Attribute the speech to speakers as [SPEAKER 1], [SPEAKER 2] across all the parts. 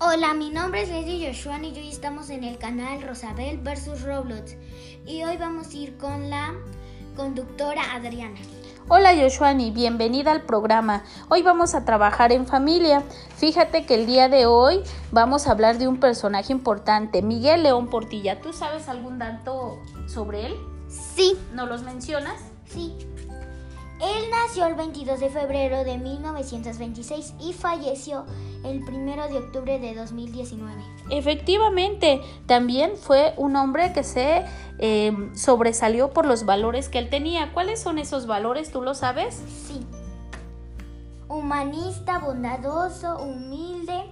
[SPEAKER 1] Hola, mi nombre es Lady Joshua y hoy estamos en el canal Rosabel vs Roblox. Y hoy vamos a ir con la conductora Adriana.
[SPEAKER 2] Hola Yoshuani, bienvenida al programa. Hoy vamos a trabajar en familia. Fíjate que el día de hoy vamos a hablar de un personaje importante, Miguel León Portilla. ¿Tú sabes algún dato sobre él?
[SPEAKER 1] Sí,
[SPEAKER 2] ¿No los mencionas?
[SPEAKER 1] sí. Él nació el 22 de febrero de 1926 y falleció el 1 de octubre de 2019.
[SPEAKER 2] Efectivamente, también fue un hombre que se eh, sobresalió por los valores que él tenía. ¿Cuáles son esos valores? ¿Tú lo sabes?
[SPEAKER 1] Sí. Humanista, bondadoso, humilde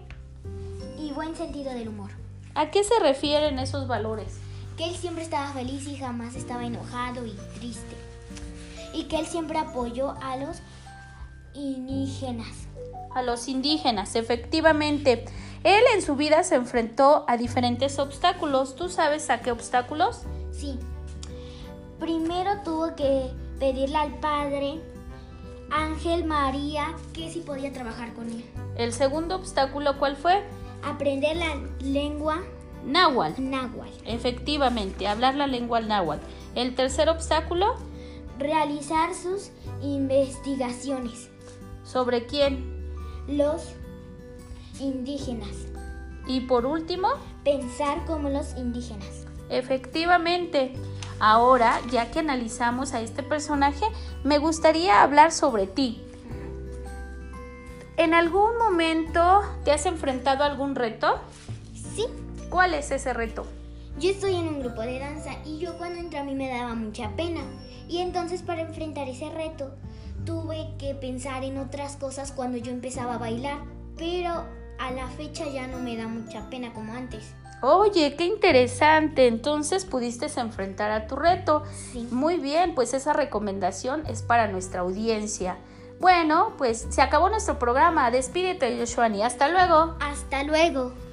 [SPEAKER 1] y buen sentido del humor.
[SPEAKER 2] ¿A qué se refieren esos valores?
[SPEAKER 1] que él siempre estaba feliz y jamás estaba enojado y triste. Y que él siempre apoyó a los indígenas.
[SPEAKER 2] a los indígenas, efectivamente. Él en su vida se enfrentó a diferentes obstáculos. ¿Tú sabes a qué obstáculos?
[SPEAKER 1] Sí. Primero tuvo que pedirle al padre Ángel María que si podía trabajar con él.
[SPEAKER 2] El segundo obstáculo, ¿cuál fue?
[SPEAKER 1] Aprender la lengua
[SPEAKER 2] Náhuatl.
[SPEAKER 1] náhuatl.
[SPEAKER 2] Efectivamente, hablar la lengua náhuatl. El tercer obstáculo,
[SPEAKER 1] Realizar sus investigaciones.
[SPEAKER 2] ¿sobre quién?
[SPEAKER 1] Los indígenas.
[SPEAKER 2] Y por último,
[SPEAKER 1] Pensar como los indígenas.
[SPEAKER 2] Efectivamente. Ahora, ya que analizamos a este personaje, me gustaría hablar sobre ti. ¿En algún momento te has enfrentado a algún reto?
[SPEAKER 1] Sí.
[SPEAKER 2] ¿Cuál es ese reto?
[SPEAKER 1] Yo estoy en un grupo de danza y yo cuando entré a mí me daba mucha pena. Y entonces para enfrentar ese reto tuve que pensar en otras cosas cuando yo empezaba a bailar. Pero a la fecha ya no me da mucha pena como antes.
[SPEAKER 2] Oye, qué interesante. Entonces pudiste enfrentar a tu reto.
[SPEAKER 1] Sí.
[SPEAKER 2] Muy bien, pues esa recomendación es para nuestra audiencia. Bueno, pues se acabó nuestro programa. Despídete, Yoshuani. Hasta luego.
[SPEAKER 1] Hasta luego.